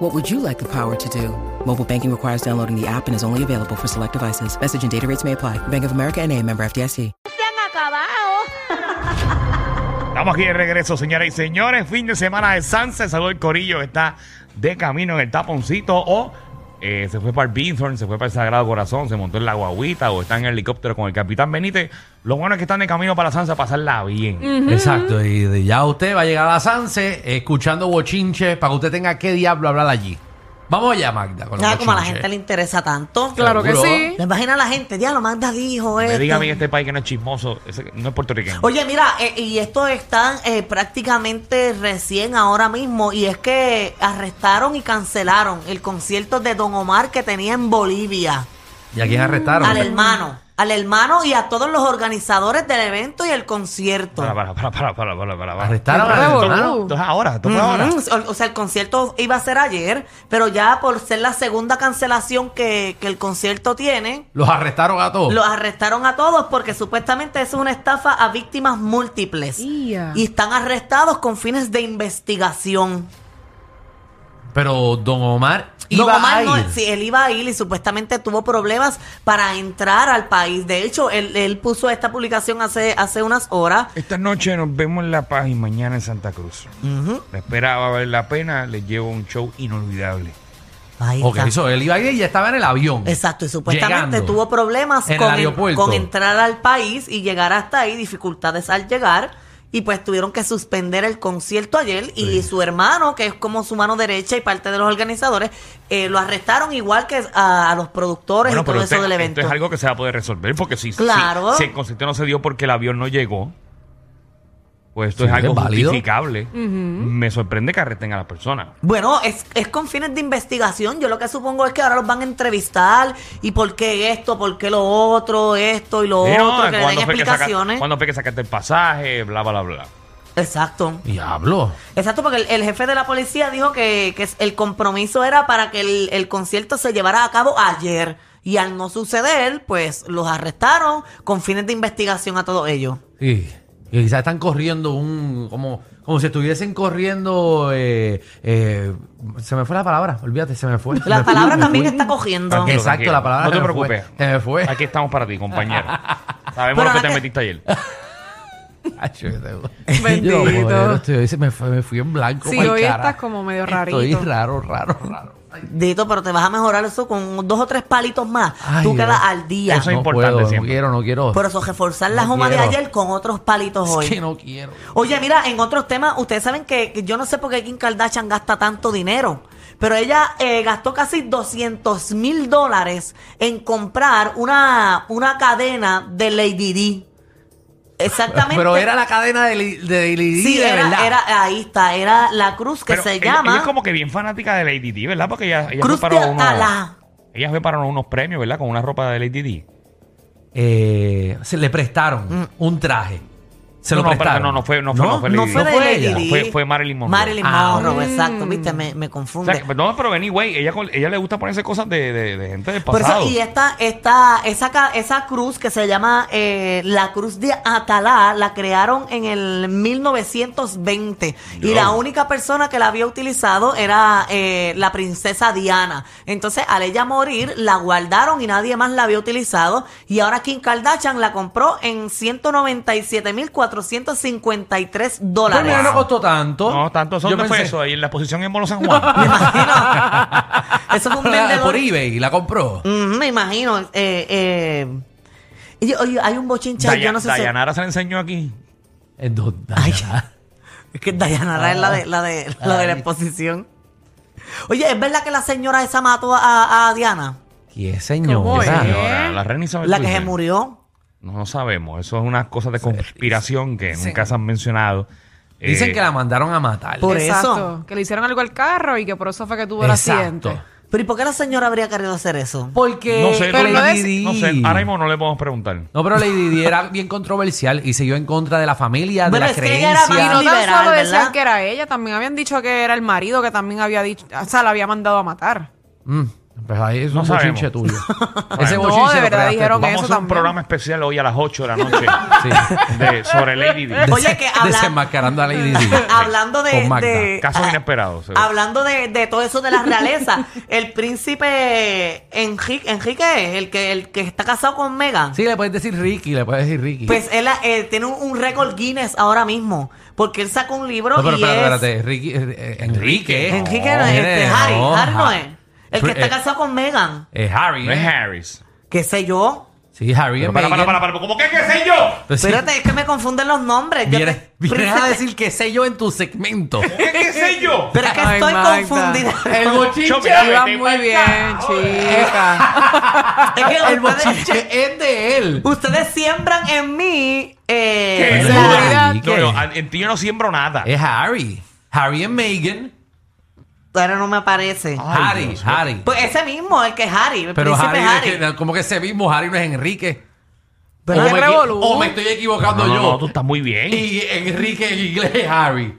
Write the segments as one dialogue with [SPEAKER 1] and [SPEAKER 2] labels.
[SPEAKER 1] What would you like the power to do? Mobile banking requires downloading the app and is only available for select devices. Message and data rates may apply. Bank of America and a member FDIC.
[SPEAKER 2] se han acabado.
[SPEAKER 3] Estamos aquí de regreso, señoras y señores. Fin de semana de Sanse. Saludos el Corillo que está de camino en el taponcito o eh, se fue para el Binthorn, se fue para el Sagrado Corazón, se montó en la guaguita o está en helicóptero con el Capitán Benítez. Lo bueno es que están de camino para Sanse a pasarla bien.
[SPEAKER 2] Mm,
[SPEAKER 4] Exacto, y de- ya usted va a llegar a Sanse escuchando bochinches para que usted tenga qué diablo hablar allí. Vamos allá, Magda. Con los
[SPEAKER 2] Nada Ah, como a la
[SPEAKER 4] bochinches.
[SPEAKER 2] gente le interesa tanto.
[SPEAKER 5] Claro que
[SPEAKER 4] Seguro.
[SPEAKER 5] sí.
[SPEAKER 2] Me imagina la gente, diablo, Magda dijo
[SPEAKER 3] Me
[SPEAKER 2] esto.
[SPEAKER 3] diga a mí este país que no es chismoso, ese no es puertorriqueño.
[SPEAKER 2] Oye, mira, eh, y esto está eh, prácticamente recién ahora mismo, y es que arrestaron y cancelaron el concierto de Don Omar que tenía en Bolivia.
[SPEAKER 4] ¿Y a quién arrestaron?
[SPEAKER 2] Al hermano, al hermano y a todos los organizadores del evento y el concierto.
[SPEAKER 3] Para, para, para, para, para, para, para.
[SPEAKER 4] ¿Arrestaron
[SPEAKER 5] Qué
[SPEAKER 4] al
[SPEAKER 5] revolú.
[SPEAKER 4] hermano?
[SPEAKER 3] Esto es ahora, esto fue ahora.
[SPEAKER 2] Ujú, O, o sea, el concierto iba a ser ayer, pero ya por ser la segunda cancelación que, que el concierto tiene,
[SPEAKER 4] ¿Los arrestaron a todos?
[SPEAKER 2] Los arrestaron a todos porque supuestamente es una estafa a víctimas múltiples.
[SPEAKER 5] Ia.
[SPEAKER 2] Y están arrestados con fines de investigación.
[SPEAKER 4] Pero Don Omar iba
[SPEAKER 2] Don Omar
[SPEAKER 4] a ir.
[SPEAKER 2] no- sí, él iba a ir y supuestamente tuvo problemas para entrar al país. De hecho, él, él puso esta publicación hace, hace unas horas.
[SPEAKER 3] Esta noche nos vemos en La Paz y mañana en Santa Cruz. La espera va a valer la pena, les llevo un show inolvidable.
[SPEAKER 2] Ahí
[SPEAKER 4] Ok,
[SPEAKER 2] está.
[SPEAKER 4] eso, él iba a ir y ya estaba en el avión.
[SPEAKER 2] Exacto, y supuestamente
[SPEAKER 4] Llegando.
[SPEAKER 2] tuvo problemas
[SPEAKER 4] En el
[SPEAKER 2] con, en-
[SPEAKER 4] aeropuerto.
[SPEAKER 2] con entrar al país y llegar hasta ahí, dificultades al llegar. Y pues tuvieron que suspender el concierto ayer y su hermano, que es como su mano derecha y parte de los organizadores, eh, lo arrestaron igual que a, a los productores y todo eso
[SPEAKER 3] usted-
[SPEAKER 2] del
[SPEAKER 3] esto
[SPEAKER 2] evento.
[SPEAKER 3] este es algo que se va a poder resolver porque si,
[SPEAKER 2] Claro.
[SPEAKER 3] si, si el concierto no se dio porque el avión no llegó, pues esto
[SPEAKER 4] Sí,
[SPEAKER 3] es algo
[SPEAKER 4] es válido.
[SPEAKER 3] justificable. Me sorprende que arresten a las personas.
[SPEAKER 2] Bueno, es, es con fines de investigación. Yo lo que supongo es que ahora los van a entrevistar y por qué esto, por qué lo otro, esto y lo
[SPEAKER 3] Sí, no,
[SPEAKER 2] otro, que le den
[SPEAKER 3] ¿cuándo fue que saca-
[SPEAKER 2] explicaciones.
[SPEAKER 3] ¿Cuándo fue que sacaste el pasaje? Bla, bla, bla.
[SPEAKER 2] Exacto.
[SPEAKER 4] Diablo.
[SPEAKER 2] Exacto, porque el, el jefe de la policía dijo que, que el compromiso era para que el, el concierto se llevara a cabo ayer. Y al no suceder, pues los arrestaron con fines de investigación a todos ellos.
[SPEAKER 4] Y, y quizás están corriendo un. como, como si estuviesen corriendo. eh, eh, se me fue la palabra, olvídate, se me fue. Se me
[SPEAKER 2] La
[SPEAKER 4] fue,
[SPEAKER 2] palabra
[SPEAKER 4] se me
[SPEAKER 2] también
[SPEAKER 4] fue.
[SPEAKER 2] está cogiendo.
[SPEAKER 4] Tranquilo. Exacto, la palabra
[SPEAKER 3] No te
[SPEAKER 4] se me fue.
[SPEAKER 3] preocupes.
[SPEAKER 4] Se me fue.
[SPEAKER 3] Aquí estamos para ti, compañero. Sabemos
[SPEAKER 2] Pero
[SPEAKER 3] lo que
[SPEAKER 2] ahora
[SPEAKER 3] te
[SPEAKER 2] que-
[SPEAKER 3] metiste ayer.
[SPEAKER 4] Ay, yo te-
[SPEAKER 5] Bendito.
[SPEAKER 4] Yo, joder, estoy- se me, fue- me fui en blanco.
[SPEAKER 5] Sí,
[SPEAKER 4] pa'l
[SPEAKER 5] hoy
[SPEAKER 4] cara.
[SPEAKER 5] estás como medio
[SPEAKER 4] Estoy
[SPEAKER 5] rarito.
[SPEAKER 4] raro, raro, raro. Ay,
[SPEAKER 2] Dito, pero te vas a mejorar eso con dos o tres palitos más.
[SPEAKER 4] Ay,
[SPEAKER 2] Tú quedas
[SPEAKER 4] Dios.
[SPEAKER 2] al día.
[SPEAKER 3] Eso es
[SPEAKER 4] Ah, no
[SPEAKER 3] importante
[SPEAKER 4] puedo, no
[SPEAKER 3] siempre.
[SPEAKER 4] quiero, no quiero.
[SPEAKER 2] Por eso reforzar la
[SPEAKER 4] No
[SPEAKER 2] joma de
[SPEAKER 4] quiero.
[SPEAKER 2] ayer con otros palitos hoy.
[SPEAKER 4] es que no quiero.
[SPEAKER 2] Oye, mira, en otros temas, ustedes saben que que yo no sé por qué Kim Kardashian gasta tanto dinero, pero ella eh, gastó casi 200 mil dólares en comprar una, una cadena de Lady D. Exactamente.
[SPEAKER 4] Pero era la cadena de, Li- de Lady
[SPEAKER 2] Sí,
[SPEAKER 4] de
[SPEAKER 2] era,
[SPEAKER 4] verdad.
[SPEAKER 2] era- ahí está, era la cruz que
[SPEAKER 3] Pero
[SPEAKER 2] se
[SPEAKER 3] ella-
[SPEAKER 2] llama
[SPEAKER 3] Ella es como que bien fanática de Lady D, ¿verdad? Porque ella, ella fue
[SPEAKER 2] Cruz de
[SPEAKER 3] para unos,
[SPEAKER 2] Alcalá.
[SPEAKER 3] ella fue para unos premios, ¿verdad? Con una ropa de Lady D.
[SPEAKER 4] Eh, se le prestaron un traje. Se
[SPEAKER 3] No,
[SPEAKER 4] lo
[SPEAKER 3] no, espérate,
[SPEAKER 4] prestaron.
[SPEAKER 3] no, no fue- no fue- no fue
[SPEAKER 2] Mm. No
[SPEAKER 3] Lady D.
[SPEAKER 2] fue de
[SPEAKER 4] No fue
[SPEAKER 2] Lady
[SPEAKER 4] ella.
[SPEAKER 2] D.
[SPEAKER 3] Fue- fue Marilyn Monroe.
[SPEAKER 2] Marilyn
[SPEAKER 4] Ah,
[SPEAKER 2] Monroe,
[SPEAKER 5] ok.
[SPEAKER 2] exacto, viste, me, me
[SPEAKER 3] O
[SPEAKER 2] confunde.
[SPEAKER 3] sea, que- no, pero anyway, ella, con- ella le gusta ponerse cosas de, de- de gente del
[SPEAKER 2] Por
[SPEAKER 3] pasado.
[SPEAKER 2] eso, y esta, esta, esa, ca- esa cruz que se llama eh, la cruz de Atalá, la crearon en el 1920. Y
[SPEAKER 3] Yo.
[SPEAKER 2] la única persona que la había utilizado era eh, la princesa Diana. Entonces, al ella morir, la guardaron y nadie más la había utilizado. Y ahora Kim Kardashian la compró en 197.453
[SPEAKER 4] Pero
[SPEAKER 2] dólares.
[SPEAKER 4] Pues mira, no costó tanto.
[SPEAKER 3] No, tanto eso
[SPEAKER 4] Yo
[SPEAKER 3] no fue
[SPEAKER 4] pensé-
[SPEAKER 3] eso, ahí en la posición en Molo San Juan.
[SPEAKER 2] Eso fue un vendedor.
[SPEAKER 4] Por eBay, la compró.
[SPEAKER 2] Ujú, me imagino. eh, eh. Y- oye, hay un bochincha, yo
[SPEAKER 3] Daya-
[SPEAKER 2] no sé si...
[SPEAKER 3] Dayanara se la enseñó aquí.
[SPEAKER 4] En dos-
[SPEAKER 2] Ay, Es que Dayana Ra es la de la de la de la
[SPEAKER 4] Ay.
[SPEAKER 2] exposición. Oye, ¿es verdad que la señora esa mató a, a Diana?
[SPEAKER 4] ¿Qué señora?
[SPEAKER 5] es?
[SPEAKER 3] Señora, la reina Isabel
[SPEAKER 2] Ah. La que
[SPEAKER 3] Twitter.
[SPEAKER 2] se murió.
[SPEAKER 3] No, no sabemos, eso es unas cosas de conspiración que
[SPEAKER 4] sí.
[SPEAKER 3] nunca se han mencionado.
[SPEAKER 4] Dicen
[SPEAKER 3] Eh,
[SPEAKER 4] que la mandaron a matar.
[SPEAKER 2] Por
[SPEAKER 5] Exacto.
[SPEAKER 2] eso.
[SPEAKER 5] Que le hicieron algo al carro y que por eso fue que tuvo el accidente.
[SPEAKER 2] Pero ¿y por qué la señora habría querido hacer eso?
[SPEAKER 4] Porque
[SPEAKER 3] No sé,
[SPEAKER 5] pero
[SPEAKER 3] no,
[SPEAKER 5] no
[SPEAKER 3] le-
[SPEAKER 5] es-
[SPEAKER 4] Di.
[SPEAKER 3] no sé, ahora mismo no le podemos preguntar.
[SPEAKER 4] No, pero Lady Di era bien controversial y siguió en contra de la familia, de
[SPEAKER 2] Bueno,
[SPEAKER 4] la
[SPEAKER 2] es que ella era
[SPEAKER 4] creencia.
[SPEAKER 5] Y no
[SPEAKER 2] más
[SPEAKER 5] tan
[SPEAKER 2] liberal,
[SPEAKER 5] solo decían
[SPEAKER 2] ¿verdad?
[SPEAKER 5] que era ella, también habían dicho que era el marido que también había dicho, o sea, la había mandado a matar.
[SPEAKER 4] Mm, pues ahí es
[SPEAKER 3] No
[SPEAKER 4] un
[SPEAKER 3] sabemos.
[SPEAKER 4] bochinche tuyo.
[SPEAKER 3] No,
[SPEAKER 5] de
[SPEAKER 4] bochinche lo
[SPEAKER 5] verdad
[SPEAKER 4] creaste
[SPEAKER 5] dijeron eso
[SPEAKER 3] Vamos a
[SPEAKER 4] tú.
[SPEAKER 3] hacer un
[SPEAKER 5] también.
[SPEAKER 3] programa especial hoy a las 8 de la noche
[SPEAKER 4] Sí.
[SPEAKER 3] de- sobre Lady Di.
[SPEAKER 2] Oye, que
[SPEAKER 4] Des-
[SPEAKER 2] habla-
[SPEAKER 4] Desenmascarando a Lady Di.
[SPEAKER 2] Hablando de-
[SPEAKER 4] Con Magda.
[SPEAKER 2] de-
[SPEAKER 3] Casos
[SPEAKER 2] Ah,
[SPEAKER 3] inesperados. seguro.
[SPEAKER 2] Hablando de, de todo eso de la realeza, el príncipe Enrique, Enrique el que, el que está casado con Megan.
[SPEAKER 4] Sí, le puedes decir Ricky, le puedes decir Ricky.
[SPEAKER 2] Pues él, eh, tiene un, un récord Guinness ahora mismo, porque él sacó un libro
[SPEAKER 4] no, pero
[SPEAKER 2] y
[SPEAKER 4] espérate,
[SPEAKER 2] es-
[SPEAKER 4] espérate. Ricky, eh, eh, Enrique.
[SPEAKER 2] Enrique no, es este,
[SPEAKER 4] nene,
[SPEAKER 2] Harry,
[SPEAKER 4] no,
[SPEAKER 2] Harry no
[SPEAKER 4] Ha-
[SPEAKER 2] es. El que
[SPEAKER 4] Eh,
[SPEAKER 2] está casado con Megan,
[SPEAKER 4] eh, Harry.
[SPEAKER 3] No es Harris.
[SPEAKER 2] qué sé yo.
[SPEAKER 4] Sí, Harry.
[SPEAKER 3] Pero
[SPEAKER 4] es
[SPEAKER 3] para, para,
[SPEAKER 4] Meghan.
[SPEAKER 3] para, para. ¿Cómo que qué sé yo?
[SPEAKER 4] Entonces,
[SPEAKER 2] Espérate, es que me confunden los nombres. Yo
[SPEAKER 4] Vienes,
[SPEAKER 2] te-
[SPEAKER 4] vienes
[SPEAKER 2] príncipe-
[SPEAKER 4] a decir qué sé yo en tu segmento.
[SPEAKER 3] ¿Qué, qué sé yo?
[SPEAKER 2] Pero es que
[SPEAKER 5] Ay,
[SPEAKER 2] estoy
[SPEAKER 5] Magda.
[SPEAKER 2] confundida.
[SPEAKER 4] El
[SPEAKER 3] Yo,
[SPEAKER 4] bochinche.
[SPEAKER 3] mira,
[SPEAKER 5] Iba
[SPEAKER 3] vete
[SPEAKER 5] muy
[SPEAKER 3] pa'l
[SPEAKER 5] bien,
[SPEAKER 3] carajo.
[SPEAKER 5] chica.
[SPEAKER 2] Es que
[SPEAKER 4] El
[SPEAKER 2] ustedes,
[SPEAKER 4] bochinche es de él.
[SPEAKER 2] ustedes siembran en mí
[SPEAKER 3] ¿Qué
[SPEAKER 2] eh,
[SPEAKER 3] es
[SPEAKER 4] Pero
[SPEAKER 2] la-
[SPEAKER 4] Harry,
[SPEAKER 3] No,
[SPEAKER 4] ¿qué?
[SPEAKER 3] no, a- en ti yo no siembro nada.
[SPEAKER 4] Es Harry. Harry and Megan.
[SPEAKER 2] Ahora no me aparece.
[SPEAKER 3] Ay,
[SPEAKER 4] Harry,
[SPEAKER 3] Dios mío.
[SPEAKER 4] Harry.
[SPEAKER 2] Pues ese mismo, el que es Harry, el
[SPEAKER 4] Pero
[SPEAKER 2] príncipe
[SPEAKER 4] Harry,
[SPEAKER 2] Harry.
[SPEAKER 4] es que- como que ese mismo Harry no es Enrique.
[SPEAKER 5] Pero
[SPEAKER 4] o,
[SPEAKER 5] qué
[SPEAKER 4] me, equi-
[SPEAKER 5] revolú.
[SPEAKER 4] o me estoy equivocando
[SPEAKER 3] No, no,
[SPEAKER 4] yo.
[SPEAKER 3] no, tú estás muy bien.
[SPEAKER 4] Y Enrique en inglés es Harry.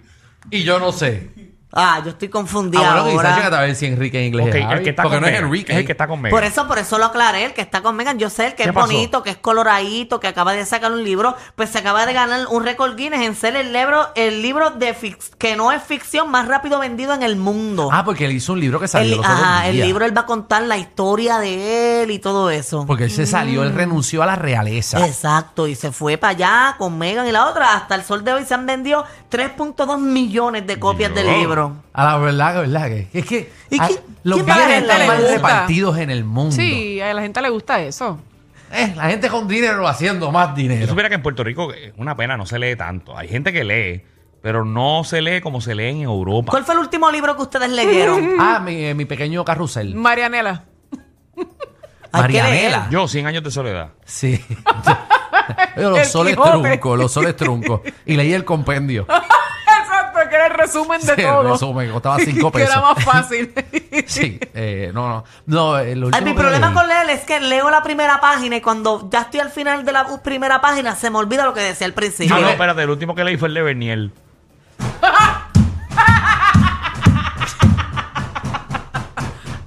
[SPEAKER 4] Y yo no sé.
[SPEAKER 2] Ah, yo estoy confundida
[SPEAKER 4] Ahora quizás
[SPEAKER 2] ahora.
[SPEAKER 4] llega a ver si Enrique en inglés
[SPEAKER 3] Ok,
[SPEAKER 4] es Harry. eh.
[SPEAKER 3] el que está
[SPEAKER 4] porque
[SPEAKER 3] con
[SPEAKER 4] no es
[SPEAKER 3] Megan,
[SPEAKER 4] Enrique.
[SPEAKER 3] Es el que está con Megan.
[SPEAKER 2] Por eso, por eso lo aclaré, el que está con Megan, yo sé el que
[SPEAKER 3] ¿Qué
[SPEAKER 2] es
[SPEAKER 3] pasó?
[SPEAKER 2] bonito, que es coloradito, que acaba de sacar un libro, pues se acaba de ganar un récord Guinness en ser el libro, el libro de fic- que no es ficción más rápido vendido en el mundo.
[SPEAKER 4] Ah, porque él hizo un libro que salió
[SPEAKER 2] El-
[SPEAKER 4] los otros
[SPEAKER 2] ajá, el
[SPEAKER 4] días.
[SPEAKER 2] libro él va a contar la historia de él y todo eso.
[SPEAKER 3] Pues,
[SPEAKER 4] Porque él se salió, él renunció a la realeza.
[SPEAKER 2] Exacto, y se fue para allá con Megan y la otra. Hasta el sol de hoy se han vendido 3.2 millones de copias
[SPEAKER 3] Dios.
[SPEAKER 2] del libro.
[SPEAKER 4] A la verdad, la verdad. que- Es que
[SPEAKER 2] ¿Y
[SPEAKER 4] ah,
[SPEAKER 2] qué-
[SPEAKER 4] los
[SPEAKER 2] quién va a
[SPEAKER 4] bienes
[SPEAKER 2] la gente
[SPEAKER 4] están
[SPEAKER 2] le
[SPEAKER 4] mal
[SPEAKER 2] gusta?
[SPEAKER 4] repartidos en el mundo.
[SPEAKER 5] Sí, a la gente le gusta eso.
[SPEAKER 4] Eh, la gente con dinero haciendo más
[SPEAKER 3] Yo
[SPEAKER 4] dinero.
[SPEAKER 3] supiera que en Puerto Rico es una pena, no se lee tanto. Hay gente que lee, pero no se lee como se lee en Europa.
[SPEAKER 2] ¿Cuál fue el último libro que ustedes leyeron?
[SPEAKER 4] Ah, mi, eh, mi pequeño
[SPEAKER 2] Mm.
[SPEAKER 4] carrusel.
[SPEAKER 5] Marianela.
[SPEAKER 2] Hay que leer.
[SPEAKER 4] Marianela.
[SPEAKER 3] Yo, 100 años de soledad.
[SPEAKER 4] Sí. Pero los
[SPEAKER 5] El
[SPEAKER 4] soles
[SPEAKER 5] Quijote.
[SPEAKER 4] truncos, los soles truncos. Y leí el compendio.
[SPEAKER 5] Exacto, que era el resumen de
[SPEAKER 4] Sí, el
[SPEAKER 5] todo.
[SPEAKER 4] resumen, que costaba cinco
[SPEAKER 5] Que era
[SPEAKER 4] pesos.
[SPEAKER 5] más fácil.
[SPEAKER 4] Sí, eh, no, no. No, eh, lo
[SPEAKER 2] Ay,
[SPEAKER 4] último
[SPEAKER 2] mi
[SPEAKER 4] que
[SPEAKER 2] problema
[SPEAKER 4] leí-
[SPEAKER 2] con leer es que leo la primera página y cuando ya estoy al final de la primera página se me olvida lo que decía al principio.
[SPEAKER 3] Ah, no,
[SPEAKER 4] le-
[SPEAKER 3] espérate, el último que leí fue el de Berniel.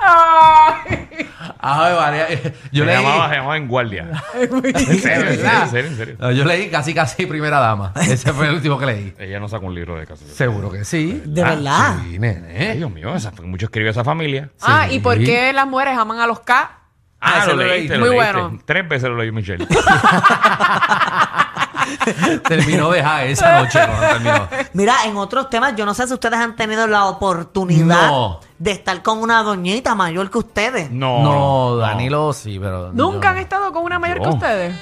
[SPEAKER 5] Ay,
[SPEAKER 4] Ay, María, eh,
[SPEAKER 3] Yo
[SPEAKER 4] yo leí.
[SPEAKER 3] llamaba, se llamaba en guardia. en serio, en serio, en serio, en serio.
[SPEAKER 4] No, Yo leí casi, casi primera dama. Ese fue el último que leí.
[SPEAKER 3] Ella no sacó un libro de caso.
[SPEAKER 4] Seguro que sí.
[SPEAKER 2] De
[SPEAKER 3] Ah,
[SPEAKER 2] verdad.
[SPEAKER 4] Sí,
[SPEAKER 3] Ay,
[SPEAKER 4] nene.
[SPEAKER 3] Dios mío, esa, mucho escribió esa familia.
[SPEAKER 5] Ah,
[SPEAKER 4] Sí.
[SPEAKER 5] ¿y por qué las mujeres aman a los K?
[SPEAKER 4] Ah,
[SPEAKER 3] Ah,
[SPEAKER 4] ese
[SPEAKER 3] lo
[SPEAKER 4] lo leí.
[SPEAKER 3] leíste, lo
[SPEAKER 5] Muy
[SPEAKER 3] leíste.
[SPEAKER 5] bueno.
[SPEAKER 3] Tres veces lo leí Michelle.
[SPEAKER 4] Terminó de ja esa noche. No, no terminó.
[SPEAKER 2] Mira, en otros temas, yo no sé si ustedes han tenido la oportunidad
[SPEAKER 4] No.
[SPEAKER 2] de estar con una doñita mayor que ustedes.
[SPEAKER 3] No,
[SPEAKER 4] No, Danilo sí, pero.
[SPEAKER 5] ¿Nunca
[SPEAKER 4] yo
[SPEAKER 5] han estado con una mayor que
[SPEAKER 3] No.
[SPEAKER 5] ustedes?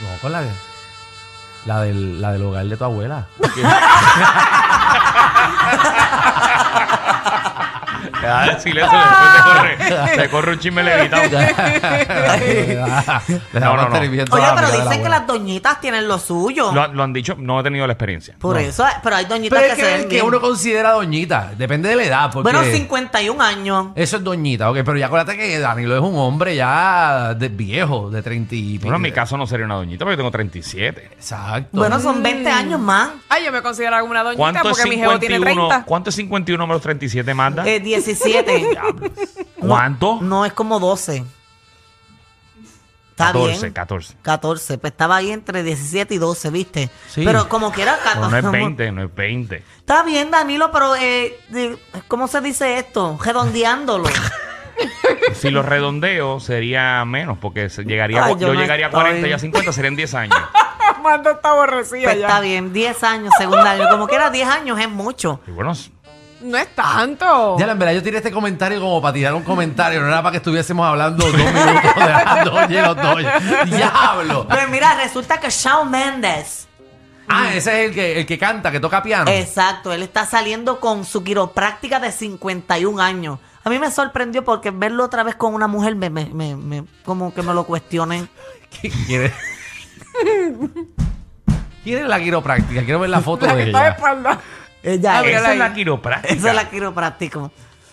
[SPEAKER 4] no. No, con la. La del, la del hogar de tu abuela.
[SPEAKER 3] Te da el silencio, después te corre, te corre un chisme levitado.
[SPEAKER 4] Le
[SPEAKER 3] No, no,
[SPEAKER 4] damos
[SPEAKER 3] no.
[SPEAKER 4] atrevimiento a
[SPEAKER 2] Oye,
[SPEAKER 4] la amiga de la
[SPEAKER 2] pero dicen que
[SPEAKER 4] abuela.
[SPEAKER 2] las doñitas tienen lo suyo.
[SPEAKER 3] Lo, han- lo han dicho, no he tenido la experiencia.
[SPEAKER 2] Por eso, pero hay doñitas
[SPEAKER 4] Pero es
[SPEAKER 2] que se
[SPEAKER 4] que,
[SPEAKER 2] ven
[SPEAKER 4] que
[SPEAKER 2] bien.
[SPEAKER 4] uno considera doñita. Depende de la edad. Porque
[SPEAKER 2] Bueno, 51 años.
[SPEAKER 4] Eso es doñita, ok. Pero ya acuérdate que Danilo es un hombre ya de viejo, de 30 y pico.
[SPEAKER 3] Bueno, en mi caso no sería una doñita porque yo tengo 37.
[SPEAKER 4] Exacto.
[SPEAKER 2] Bueno, son
[SPEAKER 4] Mm.
[SPEAKER 2] 20 años más.
[SPEAKER 5] Ay, yo me considero alguna doñita
[SPEAKER 3] ¿Cuánto es,
[SPEAKER 5] porque mi jevo tiene
[SPEAKER 3] 51,
[SPEAKER 5] 30.
[SPEAKER 3] ¿Cuánto es 51 menos 37, Manda?
[SPEAKER 2] Eh, 17.
[SPEAKER 3] ¿Cuánto?
[SPEAKER 2] no, es como 12. Está
[SPEAKER 3] 14,
[SPEAKER 2] bien.
[SPEAKER 3] 14.
[SPEAKER 2] 14, pues estaba ahí entre 17 y 12, ¿viste?
[SPEAKER 4] Sí.
[SPEAKER 2] Pero como quiera,
[SPEAKER 3] Bueno,
[SPEAKER 2] 14.
[SPEAKER 3] no es 20, no es 20.
[SPEAKER 2] Está bien, Danilo, pero eh, de- ¿cómo se dice esto? Redondeándolo.
[SPEAKER 3] Si los redondeo sería menos porque se- llegaría,
[SPEAKER 2] Ay,
[SPEAKER 3] yo,
[SPEAKER 2] yo no
[SPEAKER 3] llegaría a
[SPEAKER 2] estoy.
[SPEAKER 3] 40 y a 50 serían 10 años.
[SPEAKER 5] Amanda está aborrecida
[SPEAKER 2] Pues está
[SPEAKER 5] ya.
[SPEAKER 2] bien, 10 años, segundo año. Como quiera, 10 años es mucho.
[SPEAKER 3] Y bueno, s-
[SPEAKER 5] No es tanto.
[SPEAKER 4] Ya, en verdad, yo tiré este comentario como para tirar un comentario. No era para que estuviésemos hablando dos minutos de las doñas y los doñas. ¡Diablo!
[SPEAKER 2] Pues mira, resulta que Shawn Mendes,
[SPEAKER 4] Ah, ese es el que, el que canta, que toca piano.
[SPEAKER 2] exacto, él está saliendo con su quiropráctica de 51 años. A mí me sorprendió porque verlo otra vez con una mujer me, me, me- me- como que me lo cuestioné.
[SPEAKER 4] ¿Qué quiere? ¿Quién es la quiropráctica? Quiero ver la foto
[SPEAKER 5] La
[SPEAKER 4] de
[SPEAKER 5] que está de
[SPEAKER 4] ella.
[SPEAKER 5] espalda.
[SPEAKER 2] Ella
[SPEAKER 5] Ah,
[SPEAKER 2] es,
[SPEAKER 5] mira
[SPEAKER 3] Eh, esa es la
[SPEAKER 5] ahí.
[SPEAKER 3] quiropráctica.
[SPEAKER 2] esa es la quiropráctica.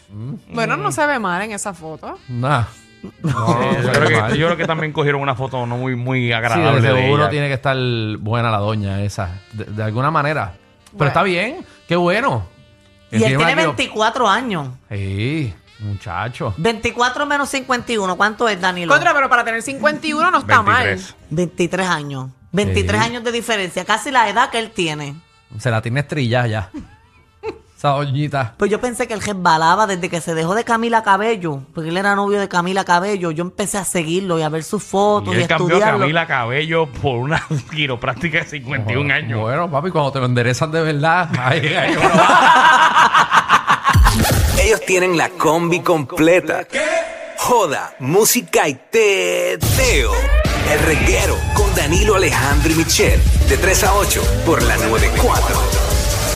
[SPEAKER 3] Mm.
[SPEAKER 5] Bueno, no se ve mal en esa foto.
[SPEAKER 4] Nah.
[SPEAKER 3] No, no,
[SPEAKER 4] Sí,
[SPEAKER 3] yo,
[SPEAKER 4] eso es
[SPEAKER 3] creo que,
[SPEAKER 4] mal.
[SPEAKER 3] yo creo que también cogieron una foto no muy, muy
[SPEAKER 4] Sí,
[SPEAKER 3] agradable.
[SPEAKER 4] de
[SPEAKER 3] de
[SPEAKER 4] seguro
[SPEAKER 3] ella.
[SPEAKER 4] tiene que estar buena la doña esa, de, de alguna manera. Pero
[SPEAKER 5] Bueno.
[SPEAKER 4] está bien, qué bueno.
[SPEAKER 2] Y él tiene
[SPEAKER 4] una quiro-
[SPEAKER 2] 24 años.
[SPEAKER 4] Sí, muchacho.
[SPEAKER 2] 24 menos 51, ¿cuánto es, Danilo?
[SPEAKER 5] Contra, pero para tener 51 no está
[SPEAKER 3] 23.
[SPEAKER 2] 23 años. 23
[SPEAKER 4] Sí.
[SPEAKER 2] años de diferencia, casi la edad que él tiene.
[SPEAKER 4] Se la tiene estrellada ya. Esa doñita.
[SPEAKER 2] Pues yo pensé que él resbalaba desde que se dejó de Camila Cabello, porque él era novio de Camila Cabello. Yo empecé a seguirlo y a ver sus fotos
[SPEAKER 3] Y
[SPEAKER 2] y, a
[SPEAKER 3] él cambió a
[SPEAKER 2] estudiarlo.
[SPEAKER 3] Camila Cabello por una quiropráctica de 51 años.
[SPEAKER 4] Bueno, papi, cuando te lo enderezan de verdad. ahí- ahí uno va.
[SPEAKER 6] Ellos tienen la combi completa. Joda, música y teo. El reguero con Danilo Alejandro y Michel. De 3 a 8 por la 94.